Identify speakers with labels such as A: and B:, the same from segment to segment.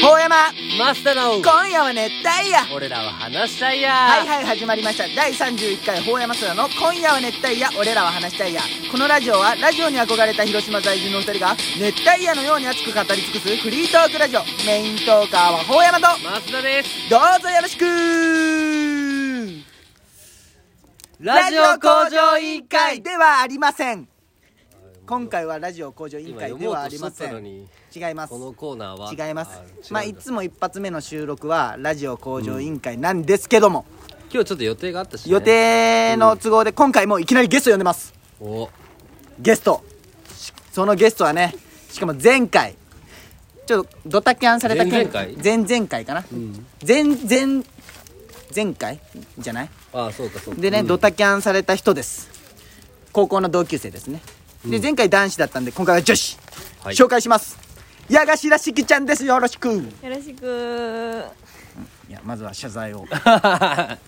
A: ほうやま
B: マスターの
A: 今夜は熱帯夜
B: 俺らは話したいや
A: はいはい始まりました第31回ほうやま空の今夜は熱帯夜俺らは話したいやこのラジオはラジオに憧れた広島在住のお二人が熱帯夜のように熱く語り尽くすフリートークラジオメイントーカーはほうやまと
B: マスターです
A: どうぞよろしく
B: ラジオ向上委員会
A: ではありません今回はラジオ向上委員
B: 今
A: 会
B: 読
A: で
B: もう
A: はあ
B: と
A: り
B: しと
A: ま
B: っ
A: せ
B: たの
A: ん
B: に
A: 違います
B: このコーナーは
A: 違います
B: あ違うんだ
A: まあいつも一発目の収録はラジオ向上委員会なんですけども、
B: 今日ちょっと予定があったし、ね、
A: 予定の都合で今回もいきなりゲスト呼んでます
B: お
A: ゲストしそのゲストはねしかも前回ちょっとドタキャンされた件
B: 前々回
A: 前々回かな、前前前回じゃない
B: あそうかそうか
A: でね、
B: うん
A: ドタキャンされた人です高校の同級生ですねで前回男子だったんで今回は女子、
B: はい
A: 紹介します矢頭しきちゃんですよろしく
C: よろしく
A: いやまずは謝罪を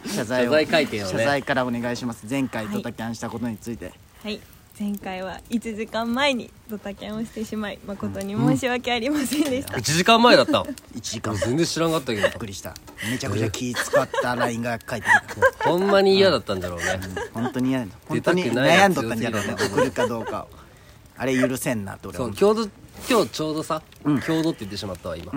A: 謝罪
B: 謝
A: を
B: 罪会見をね
A: 謝罪からお願いします前回ドタキャンしたことについて、
C: はい前回は1時間前にドタキャンをしてしまい誠に申し訳ありませんでした、
B: 1時間前だった
A: 1時間びっ
B: 全然知らんかったけど
A: くりしためちゃくちゃ気使ったラインが返ってきた
B: ほんまに嫌だったんだろうね
A: 本当に嫌だ本
B: 出
A: 当
B: たく
A: に
B: ない
A: 悩
B: や
A: ん
B: つ
A: どったんじゃない
B: 強すぎ
A: ね
B: たと思う
A: 送るかどうかをあれ許せんなって俺は
B: そ
A: 思う
B: う今日ど今日ちょうどさ、今日どって言ってしまったわ今、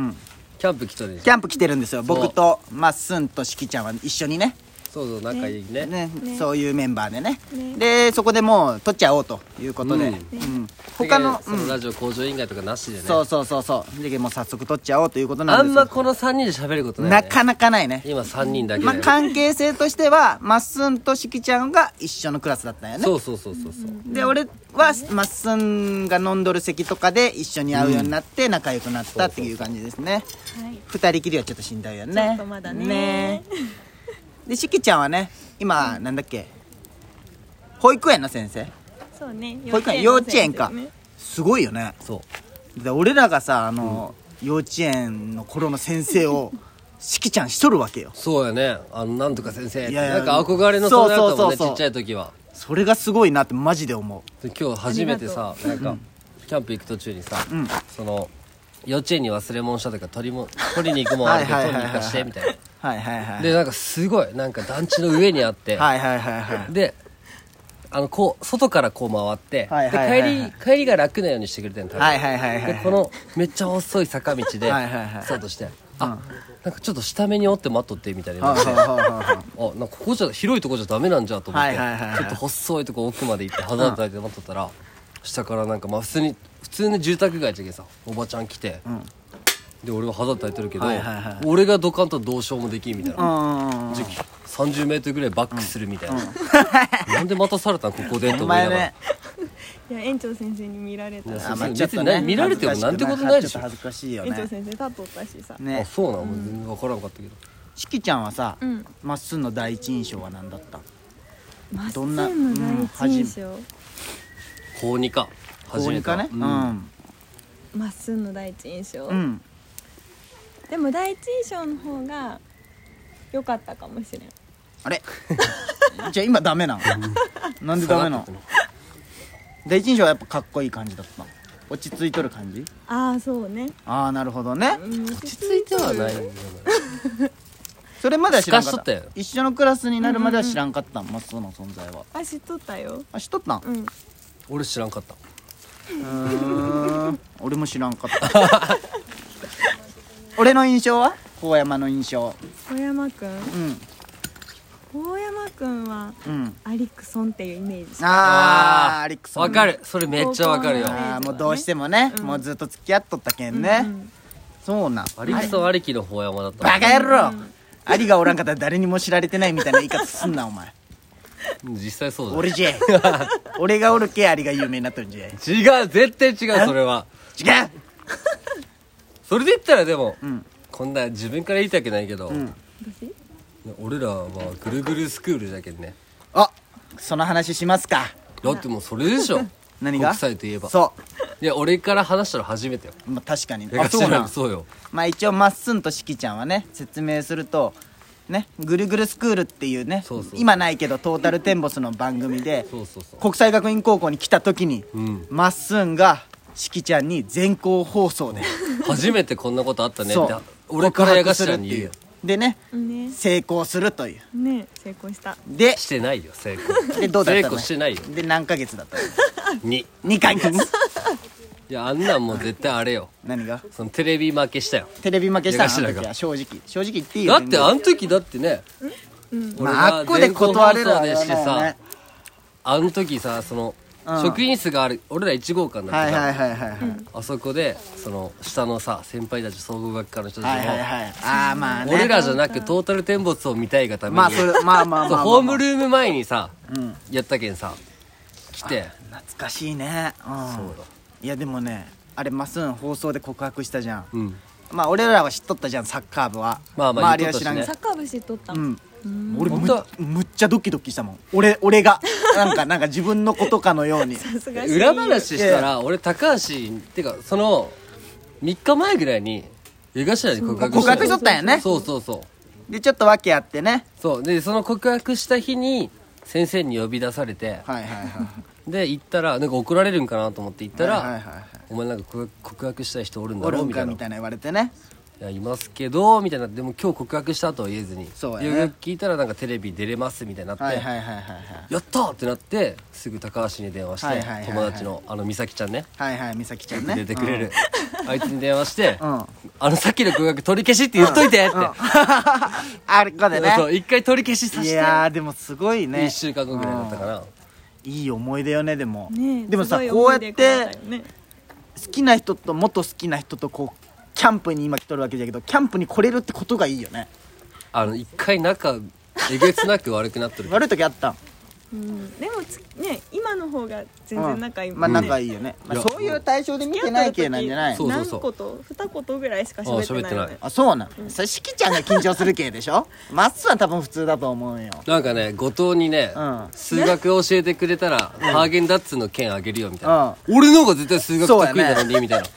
B: キャンプ来たでしょ
A: キャンプ来てるんですよ
B: そう
A: 僕とまっすんとしきちゃんは一緒にね
B: そうそう仲いいね
A: ね
C: ね
A: そういうメンバーでね
C: ね
A: でそこでもう取っちゃおうということで、
B: うんね
A: うん他の
B: で
A: う
B: そ
A: ん
B: のラジオ向上委員会とかなしでね、
A: そうそうそうそうでもう早速取っちゃおうということな
B: あ
A: んで
B: ん
A: すよ
B: まこの3人で喋ることない、
A: な
B: ね、
A: かなかないね
B: 今3人だけで、
A: まあ関係性としてはまっすんとしきちゃんが一緒のクラスだったんよね
B: そうそうそうそうそう、
A: で俺はまっすんが飲んどる席とかで一緒に会うようになって仲良くなったっていう感じですね
C: はい
A: 二人きりはちょっとしんどいよね
C: ちょっとまだね
A: えでしきちゃんはね今なんだっけ保育園の先生
C: そうね
A: 保育園幼稚園か
C: の先生ね
A: すごいよね
B: そう
A: で俺らがさあの、幼稚園の頃の先生をしきちゃんしとるわけよ
B: そうやねあのなんとか先生って
A: いやいや
B: なんか憧れの
A: そう
B: 存在だったもん
A: そ
B: ね
A: うそうそう
B: ちっちゃい時は
A: それがすごいなってマジで思う
B: で今日初めてさなんかキャンプ行く途中にさ、
A: ん
B: その幼稚園に忘れ物したとか取りも取りに行くもんあるけど
A: はい
B: 取
A: はいはい
B: りに
A: はい
B: 行かしてみたいな
A: はいはいはい
B: でなんかすごいなんか団地の上にあって、
A: はいはい はいはい
B: であのこう外からこう回って、
A: はいはいはいはい
B: で帰り帰りが楽なようにしてくれてんの多分
A: はいはいはいはい
B: でこのめっちゃ細い坂道で
A: はいはいはい
B: スタートして、あなんかちょっと下目に折って待っとってみたいな言われて、
A: は
B: あなんかここじゃ広いとこじゃダメなんじゃと思って、
A: はいはいはいはい
B: ちょっと細いとこ奥まで行って肌を抱いて待っとったら、下からなんかまあ普通に普通の住宅街じゃけんさおばちゃん来て、で俺は肌抱いてるけど、
A: はいはいはい
B: 俺がドカンとどうしようもできんみたいな、
A: い
B: 時期30メートルぐらいバックするみたいな、 なんで待たされたんここで
A: うん
B: と
A: お
B: 思い
A: 前
B: ながら、
A: ね
C: いや園長先生に見られた
B: いや
C: ら
B: そう
A: まあ
B: 別
A: ちょっと
B: に
A: ね
B: な見られてもなんてことないでしょ
A: 恥ずかしいよ
C: 園長
A: ね
C: 先生立っとったしさ、
B: あ
A: ね
B: そうなの、全然分からんかったけど
A: しきちゃんはさ
C: うん
A: まっすんの第一印象は何だった
C: まっす
A: ど
C: ぐ
A: んな
C: の第一印象
B: 高2か初
A: 高
B: め
A: 二
B: ては
A: かね
B: うん
C: まっすぐの第一印
A: う
C: 象、
A: んうん
C: でも第一印象の方が良かったかもしれん
A: あれ じゃあ今ダメなのなんでダメなの第一印象はやっぱかっこいい感じだったの落ち着いとる感じ
C: ああそうね
A: ああなるほどね
C: 落
B: 落ち着いてはない
A: それまでは知らんか
B: す
A: っ
B: かしと
A: た
B: ったよ
A: 一緒のクラスになるまでは知らんかったまっすんの存在は
C: あ知っとったよ
A: あ知っとったん
C: うん
B: 俺知らんかった
A: うーん俺も知らんかった 俺の印象は高山の印象
C: 小山くん
A: うん
C: 大山くんは
A: うん
C: アリクソンっていうイメージしか
A: あーアリックス
B: わかるそれめっちゃわかるよ
C: 高校のね
A: あーもうどうしてもね、もうずっと付き合っとったけんね、そうなん
B: アリクソンありきの方山だった
A: バカ野郎、アリがおらんかったら誰にも知られてないみたいな言い方すんなお前
B: 実際そうだ
A: 俺じゃい俺がおるけアリが有名になっとるんじゃい違う
B: 違う絶対違うそれはそれで言ったらでも、こんな自分から言いたくないけど、
C: 私
B: 俺らはぐるぐるスクールじゃけんね
A: あその話しますか
B: だってもうそれでしょ
A: 何が
B: 国際といえば
A: そ
B: いや俺から話したの初めてよ
A: う、まあ、確かに
B: だから
A: そうなん
B: らそうよ
A: まあ一応まっすんとしきちゃんはね説明するとねぐるぐるスクールっていうね
B: そうそうそう
A: 今ないけどトータルテンボスの番組で
B: そうそうそう
A: 国際学院高校に来た時に
B: うん
A: まっすんがしきちゃんに全校放送で
B: 初めてこんなことあったね
A: そ
B: っ
A: う
B: て俺からや
A: 告白
B: がし
A: す
B: ら
A: る
B: に言うよ
A: でね
C: ね
A: 成功するという
C: ね成功した
A: で
B: してないよ成 功
A: でどうだったの
B: 成功してないよ
A: で何ヶ月だったの
B: にい
A: 2ヶ月
B: やあんなんもう絶対あれよ
A: 何が
B: そのテレビ負けしたよ
A: テレビ負けしたの
B: いや
A: あの
B: 頭
A: 時
B: が
A: は正直正直言っていいよ
B: だってあの時だってね
A: 全然まああっこで断れるわ
B: で
A: け
B: し
A: だ
B: て
A: よ
B: さ
A: ね
B: あの時さその、
A: うん
B: 職員室がある俺ら1号館だっ
A: は
B: た
A: い
B: から、
A: はいはいはいはい
B: あそこでその下のさ先輩たち総合学科の人たちも、
A: はいはいはいああまあね
B: 俺らじゃなくトータルテンボスを見たいがために、
A: まあそれまあまあまあまあまあ
B: そうホームルーム前にさ、
A: うん
B: やったけんさ来て
A: 懐かしいねうん
B: そうよ
A: いやでもねあれマスン放送で告白したじゃん、
B: うん
A: まあ俺らは知っとったじゃんサッカー部は
B: まあまあ
A: 周りは知らん
B: 言
A: けど
B: っと
C: サッカー部知っとった
A: う
C: の
A: ん俺む
B: 本当は
A: むっちゃドキドキしたもん俺俺がなんかなんか自分のことかのように
C: さすが親友
B: 裏話したら俺高橋ってかその3日前ぐらいに江頭に告白
A: 告白しとったんやね
B: そうそうそう
A: でちょっと訳あってね
B: そうでその告白した日に先生に呼び出されて
A: はいはいはい
B: で行ったらなんか怒られるんかなと思って行ったら、
A: はいはいはいはい
B: お前なんか告白告白したい人おるんだ
A: おる
B: ろ
A: ん
B: みた
A: か
B: いな
A: みたいな言われてね
B: いやいますけどみたいなでも今日告白したとは言えずに
A: そうやね
B: よくよく聞いたらなんかテレビ出れますみたいになって、
A: はいはいはいはいはい
B: やったーってなってすぐ高橋に電話して、
A: はいはいはいはい
B: 友達のあの美咲ちゃんね
A: はいはい美咲ちゃんね
B: 出てくれる、あいつに電話して、
A: うん
B: あのさっきの告白取り消しって言っといてって、
A: あれかでね
B: そう一回取り消しさ
A: い
B: せて、
A: やーでもすごい
B: で
A: ね
B: 1週間後ぐらいだったかな、
A: いい思い出よねでも
C: ね
A: でもさ
C: すごい
A: こう
C: 思
A: や
C: い
A: っ
C: 出
A: て
C: だったよね
A: 好きな人と元好きな人とこうキャンプに今来とるわけだけどキャンプに来れるってことがいいよね
B: あの一回仲えげつなく悪くなってる
A: 悪い時あったん
C: うんでもつね今の方が全然仲いい
A: うん
C: もん
A: まあ
C: ね
A: 仲いいよね、まあ、
B: いや
A: そういう対象で見てない系なんじゃない
B: そ
C: そうう
B: そう
C: 何
B: そう
C: こと二言ぐらいしか喋ってないよね
A: あそうなのそれしきちゃんが緊張する系でし ょまっすーは多分普通だと思うよ
B: なんかね後藤にね、
A: うん
B: 数学教えてくれたら、ハーゲンダッツの券あげるよみたいな、俺の方が絶対数学
A: そう
B: 得
A: や
B: 意
A: ね
B: なのにみたいな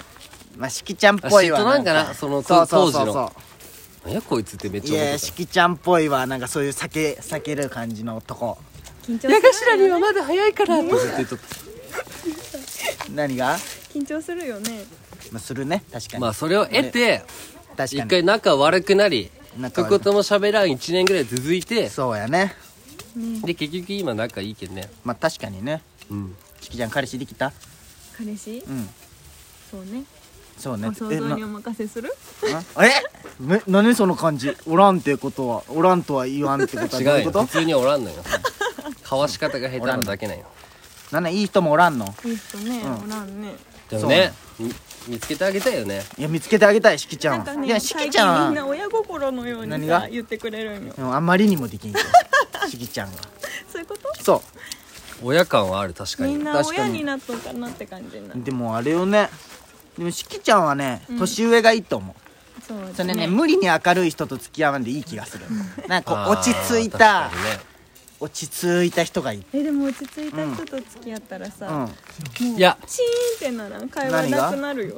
A: まあしきちゃんっぽいわ
B: 嫉妬なんかなその
A: そうそうそう
B: 当時の
A: そ
B: 何やこいつってめっ
A: う
B: ち
A: い
B: ゃ思
A: や
B: って
A: しきちゃんっぽいわなんかそういう避け避ける感じの男
C: 緊張
B: た矢
C: す
B: 頭
C: る
B: にはまだ早いからってずっと言っとっ
A: 何が、
C: 緊張するよね
A: まあ、するね確か
B: た
A: に
B: まあそれを得て
A: 確
B: 一
A: かに
B: 回仲悪くなり
A: 仲
B: 一
A: 悪い
B: 言も喋らん1年ぐらい続いて
A: そうやね
B: で結局今仲いいけんね
A: まあ確かにね
B: うん
A: しきちゃん彼氏できた
C: 彼氏
A: うん
C: そうね
A: そうね
C: お想像にお
A: な
C: 任せする
A: あえね何その感じおらんってことはおらんとは言わんってことは
B: 違う
A: どういうこ
B: よ
A: と
B: 普通におらんのよ交わし方が下手なだけなんよ
A: なんなんいい人もおらんの
C: いい人ね
A: うん
C: おらんね
B: でもねみ見つけてあげたいよね
A: いや見つけてあげたいしきちゃ
C: なん
A: ん
C: か
A: いや
C: ね
A: しき
C: 最
A: ちゃん
C: 近
A: は
C: みんな親心のよう
A: 何
C: に
A: が
C: さ言ってくれるんよ
A: でもあまりにもできんけどしきちゃんが
C: そういうこと
A: そ
B: 親感はある確か
C: み
B: に
C: んな
A: 確か
C: 親
A: に
C: になっとんかなって感じになる
A: うでもあれよねでもしきちゃんはね、年上がいいと思う
C: そう
A: そ
C: だ
A: れ
C: ね
A: ね無理に明るい人と付き合わんでいい気がするなんか
B: あ
A: こう
B: ー
A: 落ち着いた
B: 確かにね
A: 落ち着いた人がいい
C: えでも落ち着いた人と付き合ったら
A: うん
C: さ
B: いや
C: チーンってならん会話なくなるよ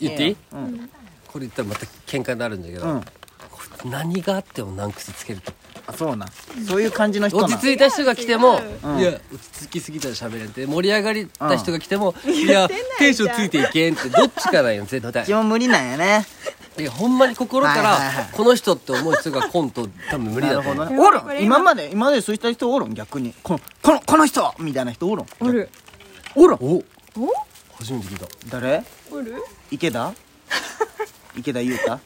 B: 言っていい
A: うん
B: これ言ったらまた喧嘩になるんだけど、
A: うん
B: これ何があっても難癖つけると
A: あそうなんそういう感じの人な
B: 落
A: ん
B: ち着いた人が来ても
A: うん
B: いや落ち着きすぎたら喋れんって盛り上がりた人が来ても、いや
C: 言ってない
B: テンションついていけんってどっちかだよ絶対
A: 基本無理なんやね
B: いやほんまに心か
A: はいはいは
B: ら
A: い
B: この人って思う人がコント多分無理
A: な
B: だ
A: る
B: と
A: ほ
B: 思
A: ど
B: う、
A: ね
C: いや
A: おる
C: これ
A: ん
C: が
A: 今まで今までそういった人おるん逆にこのこのこの人みたいな人おるん
C: おる
A: おるん
B: お
C: お
B: 初めて聞いた
A: 誰
C: おる
A: 池 田池田優太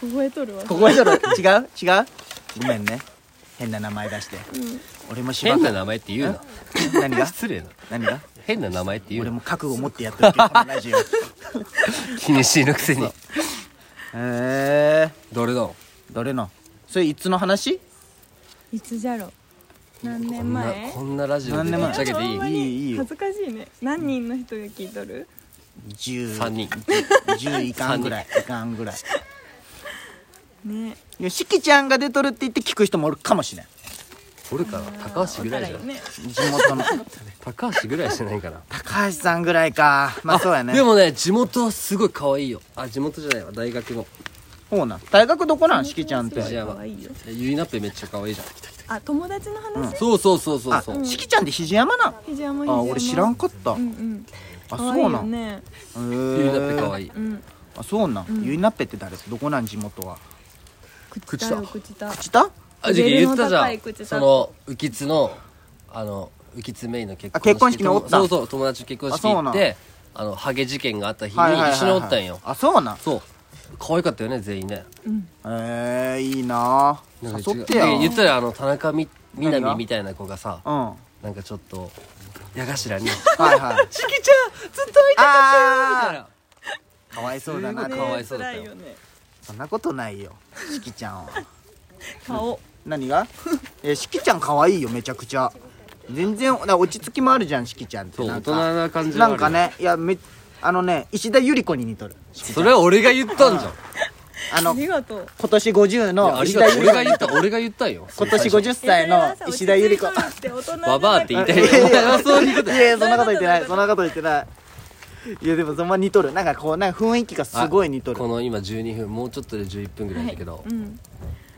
C: 凍えとるわ
A: ここへちょっと違う違うごめんね変な名前出して、俺も芝
B: 変
A: 生
B: な名前って言う
A: 何
B: な
A: が
B: 失礼な
A: 何が
B: 変な名前って言う
A: 俺
B: な
A: も覚悟を持ってやってるけどこのラ ジオへ
B: 気にしいのくせに
A: え
B: 誰だろ
A: 誰のそれいつの話
C: いつじゃろ何
B: うこ
C: 年
B: んな
C: 前
B: こんなラジオで
A: 何年
B: ぶ
A: 前
B: っちゃけてい
C: い
B: い
C: やほんま
A: いいいい
C: に
A: よ
C: 恥ずかしいね何人の人が聞いとる
A: 10
B: 3人
A: 10いかんぐらいいかんぐらい
C: ね
A: いやしきちゃんが出とるって言って聞く人もおるかもしれん
B: 俺かな高橋ぐらいじゃ
C: お互い
B: ん
C: ね
A: 地元 の
B: 高橋ぐらいじゃないかな
A: 高橋さんぐらいかまあそうやね
B: でもね地元はすごい可愛いよあ地元じゃないわ大学の
A: ほうなん大学どこなんしきちゃんって
B: 藤山
C: 可愛いよ
B: ゆいなっぺめっちゃ可愛いじゃん
C: あ友達の話
B: そうそうそうそう
A: あ
B: そう
A: しきちゃんって肘山なん
C: 藤山
A: あ俺知らんかった
C: うんうん
A: あ
C: 可
A: そ
C: 愛いう
A: な
C: よ
A: んへ
C: ね
B: ゆうなっぺかわ
A: い
B: いい
C: うん
A: あそうなん
C: うん
A: ゆいなっぺって誰どこなん地元は
C: 口だよ口だ
A: 口田
B: あじゃあ言ったじゃ
C: レベルの高い
B: ん
C: 口だ
B: その浮きつのあの浮きつメインの結婚式
A: あ結婚式におった
B: そうそう友達の結婚式
A: あそう
B: 行
A: な
B: っ
A: ん
B: てあのハゲ事件があった日に
A: はいはいはいはい
B: 一緒におったんよ
A: あそうなん
B: そう可愛かったよね全員ね
C: うん
A: ええいいな
B: なんか違う
A: 誘ってよ
B: で言ったらあの田中みみな
A: 何が
B: みみたいな子がさ
A: うんは
B: なんかちょっと矢頭に
A: いはい
B: 「チキ ちゃんずっと会いたかっ
A: あ
B: たよ」みたいな
A: あかわいそうだな
B: すごい
A: かわい
B: ねいそうだったよ
C: 辛いよね
A: そんなことないよしきちゃんは
C: 顔
A: 何が えしきちゃん可愛いよめちゃくちゃ全然な落ち着きもあるじゃんしきちゃんって
B: そう
A: なん
B: 大
A: か
B: 人な感じは
A: な
B: ある
A: んかねいやめあのね石田ゆり子に似とる
B: それは俺が言ったんじゃん
A: あ
C: あ
A: の
C: りがとう
A: 今年50
B: いや
A: の
B: あり
A: 石田
B: がとう
A: ゆり子
B: 俺が言った俺が言ったよ
A: 今年50歳の石田ゆり子
C: いやいや落ち着いとるって大人で
B: ババアって言いたいよ
A: いやい
B: お前
A: や
B: はそういうこと
A: いやいやそんなこと言ってないそんなこと言ってないいやでもそんな似とるなんかこうなんか雰囲気がすごい似とる
B: この今12分もうちょっとで11分ぐらいだけど、
C: はいうん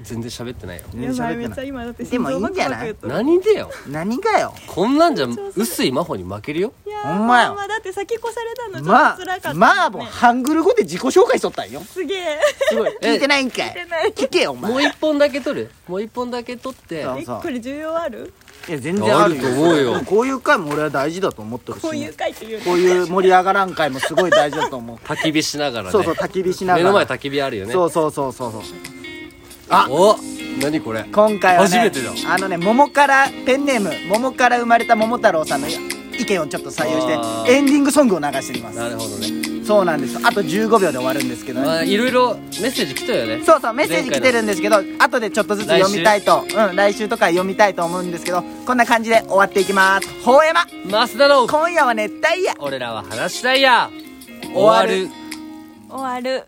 B: 全然喋ってないよ
A: 全
C: や
A: 然
C: ばい
A: 喋
C: め
A: っ
C: っちゃ
A: てない
C: 今だって
A: でもいい
C: 心臓バ
A: ん
C: ク
A: じゃ
C: バク
A: ない
C: 言っとる
B: 何でよ
A: 何がよ
B: こんなんじゃ薄い真帆に負けるよ
C: いや
A: ほ
C: ー
A: んまや
C: まあだって先越されたのちょっと
A: ま
C: 辛かった
A: あ
C: ね
A: まあもうハングル語で自己紹介しとったんよ
C: すげえ
A: すごい聞いてないんかい
C: 聞いてない
A: 聞けよお前
B: もう一本だけ取るもう一本だけ取って
A: そう
C: えこれ重要ある
A: いや全然あるよ
B: あると思うよ
A: こういう回も俺は大事だと思ってるし、ね、
C: こういう会っていうね
A: こういう盛り上がらん回もすごい大事だと思う
B: 焚き火しながらね
A: そうそう焚き火しながら
B: 目の前焚き火あるよね
A: そうそうそうそうそう
B: あお何これ
A: 今回はね
B: 初めてだ
A: あのね桃からペンネーム桃から生まれた桃太郎さんの意見をちょっと採用
B: あ
A: し
B: ー
A: てエンディングソングを流しています
B: なるほどね、
A: そうなんですあと15秒で終わるんですけど
B: ま
A: ね
B: あ、いろいろメッセージ来たよね
A: そうそうメッセージ来てるんですけど後でちょっとずつ読みたいとうん来週とか読みたいと思うんですけどこんな感じで終わっていきますほうやま
B: 増田の
A: 今夜は熱帯夜
B: 俺らは話したいや
A: 終わる
C: 終わる